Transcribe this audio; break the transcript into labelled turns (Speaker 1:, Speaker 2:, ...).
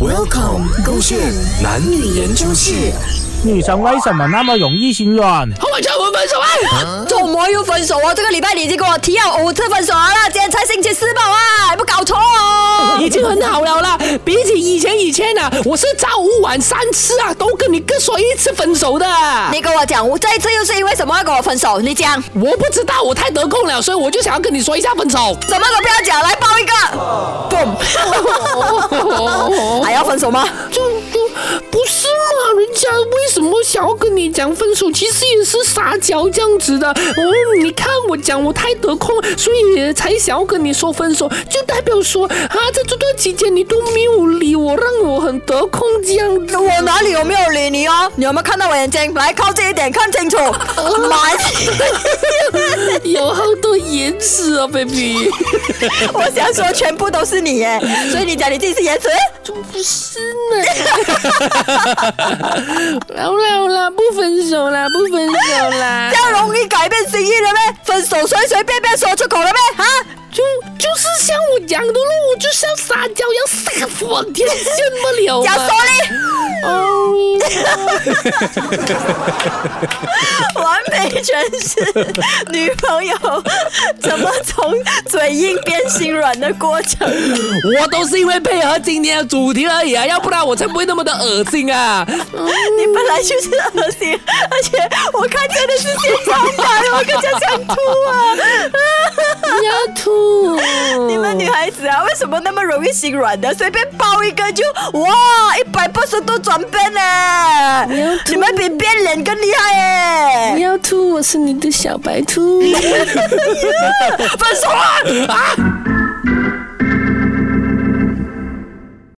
Speaker 1: Welcome，勾线男女研究室。
Speaker 2: 女生为什么那么容易心软？
Speaker 3: 好晚就我们分手啊！
Speaker 4: 怎么又分手啊？这个礼拜你已经跟我提要五次分手了啦，今天才星期四吧？哇，有没有搞错哦？
Speaker 3: 已经很好了啦，比起以前以前啊，我是早午晚三次啊，都跟你各说一次分手的。
Speaker 4: 你跟我讲，我这一次又是因为什么要跟我分手？你讲，
Speaker 3: 我不知道，我太得空了，所以我就想要跟你说一下分手。
Speaker 4: 什么都不要讲，来抱一个，嘣！ 还要分手吗？
Speaker 3: 就就不是嘛？人家为什么想要跟你讲分手？其实也是撒娇这样子的。哦，你看我讲我太得空，所以才想要跟你说分手，就代表说啊，在这段期间你都没有理我，让我很得空这样子。
Speaker 4: 我哪里有没有理你哦？你有没有看到我眼睛？来靠近一点，看清楚。妈，
Speaker 3: 有好多延迟啊，baby。
Speaker 4: 我想说全部都是你耶，所以你讲你自己是延迟。
Speaker 3: 就不是呢。 好啦好啦，不分手啦，不分手啦
Speaker 4: 这。样容易改变心意了呗？分手随随便便说出口了呗？啊？
Speaker 3: 就就是像我讲的咯，我就是要撒娇，要撒泼，天见不了
Speaker 4: 讲
Speaker 3: 嘛。
Speaker 4: sorry，
Speaker 3: 哦
Speaker 4: 完美诠释女朋友怎么从嘴硬变心软的过程。
Speaker 3: 我都是因为配合今天的主题而已啊，要不然我才不会那么的恶心啊。
Speaker 4: 你本来就是恶心，而且我看真的是现场版，我更加想吐啊！
Speaker 3: 不要吐。
Speaker 4: 你们女孩子啊，为什么那么容易心软的？随便抱一个就哇，一百八十度转变
Speaker 3: 要
Speaker 4: 呢！
Speaker 3: 吐
Speaker 4: 你们比变脸更厉害
Speaker 3: 不
Speaker 4: 耶！
Speaker 3: 要吐，我是你的小白兔。
Speaker 4: 分手啊！啊！